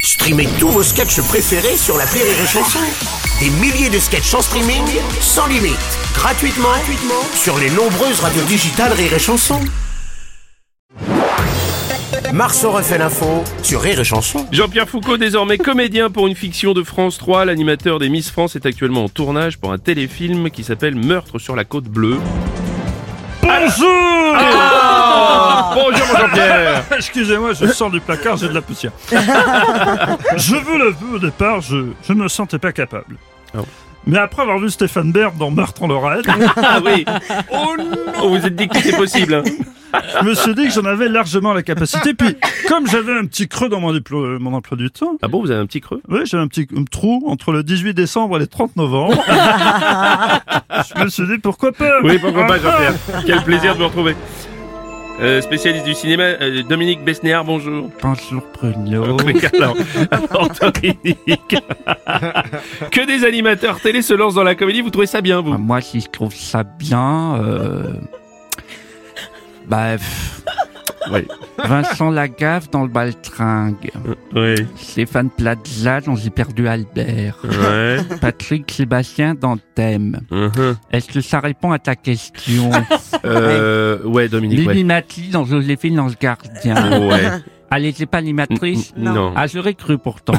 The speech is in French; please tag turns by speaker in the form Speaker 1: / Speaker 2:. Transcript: Speaker 1: Streamez tous vos sketchs préférés sur la Rire et Chanson. Des milliers de sketchs en streaming, sans limite, gratuitement, gratuitement sur les nombreuses radios digitales Rire et Chanson. Marceau refait l'info sur Rire et Chanson.
Speaker 2: Jean-Pierre Foucault, désormais comédien pour une fiction de France 3, l'animateur des Miss France est actuellement en tournage pour un téléfilm qui s'appelle Meurtre sur la côte bleue.
Speaker 3: Bonjour
Speaker 2: Ah Bonjour mon Jean-Pierre
Speaker 3: Excusez-moi, je sors du placard, j'ai de la poussière. je veux l'avouer, au départ, je, je me sentais pas capable.
Speaker 2: Oh.
Speaker 3: Mais après avoir vu Stéphane Bern dans Meurtre en Lorraine,
Speaker 2: Ah oui Oh non Vous vous êtes dit que c'était possible hein.
Speaker 3: je me suis dit que j'en avais largement la capacité. Puis, comme j'avais un petit creux dans mon, diplo- mon emploi du temps,
Speaker 2: Ah bon, vous avez un petit creux
Speaker 3: oui, j'avais un petit un trou entre le 18 décembre et le 30 novembre. je me suis dit, pourquoi pas
Speaker 2: Oui, pourquoi pas
Speaker 3: Enfin,
Speaker 2: Jean-Pierre Quel plaisir de vous retrouver Euh, spécialiste du cinéma, euh, Dominique Besnéard, bonjour.
Speaker 3: Bonjour, Prugnot.
Speaker 2: Mais alors, apporteur unique. que des animateurs télé se lancent dans la comédie, vous trouvez ça bien, vous
Speaker 4: Bah, moi, si je trouve ça bien, euh... bah, pff,
Speaker 2: Ah, Oui.
Speaker 4: Vincent Lagaffe dans le baltringue,
Speaker 2: Oui.
Speaker 4: Stéphane Plaza dans J'ai perdu Albert,
Speaker 2: Ouais.
Speaker 4: Patrick Sébastien dans Thème.
Speaker 2: Mhm.
Speaker 4: Est-ce que ça répond à ta question
Speaker 2: Euh, ouais, Dominique,
Speaker 4: Lily
Speaker 2: ouais.
Speaker 4: Matly dans Joséphine l'ange gardien.
Speaker 2: Ouais.
Speaker 4: Allez, c'est pas animatrice
Speaker 2: N- n- non.
Speaker 4: Ah, j'aurais cru pourtant.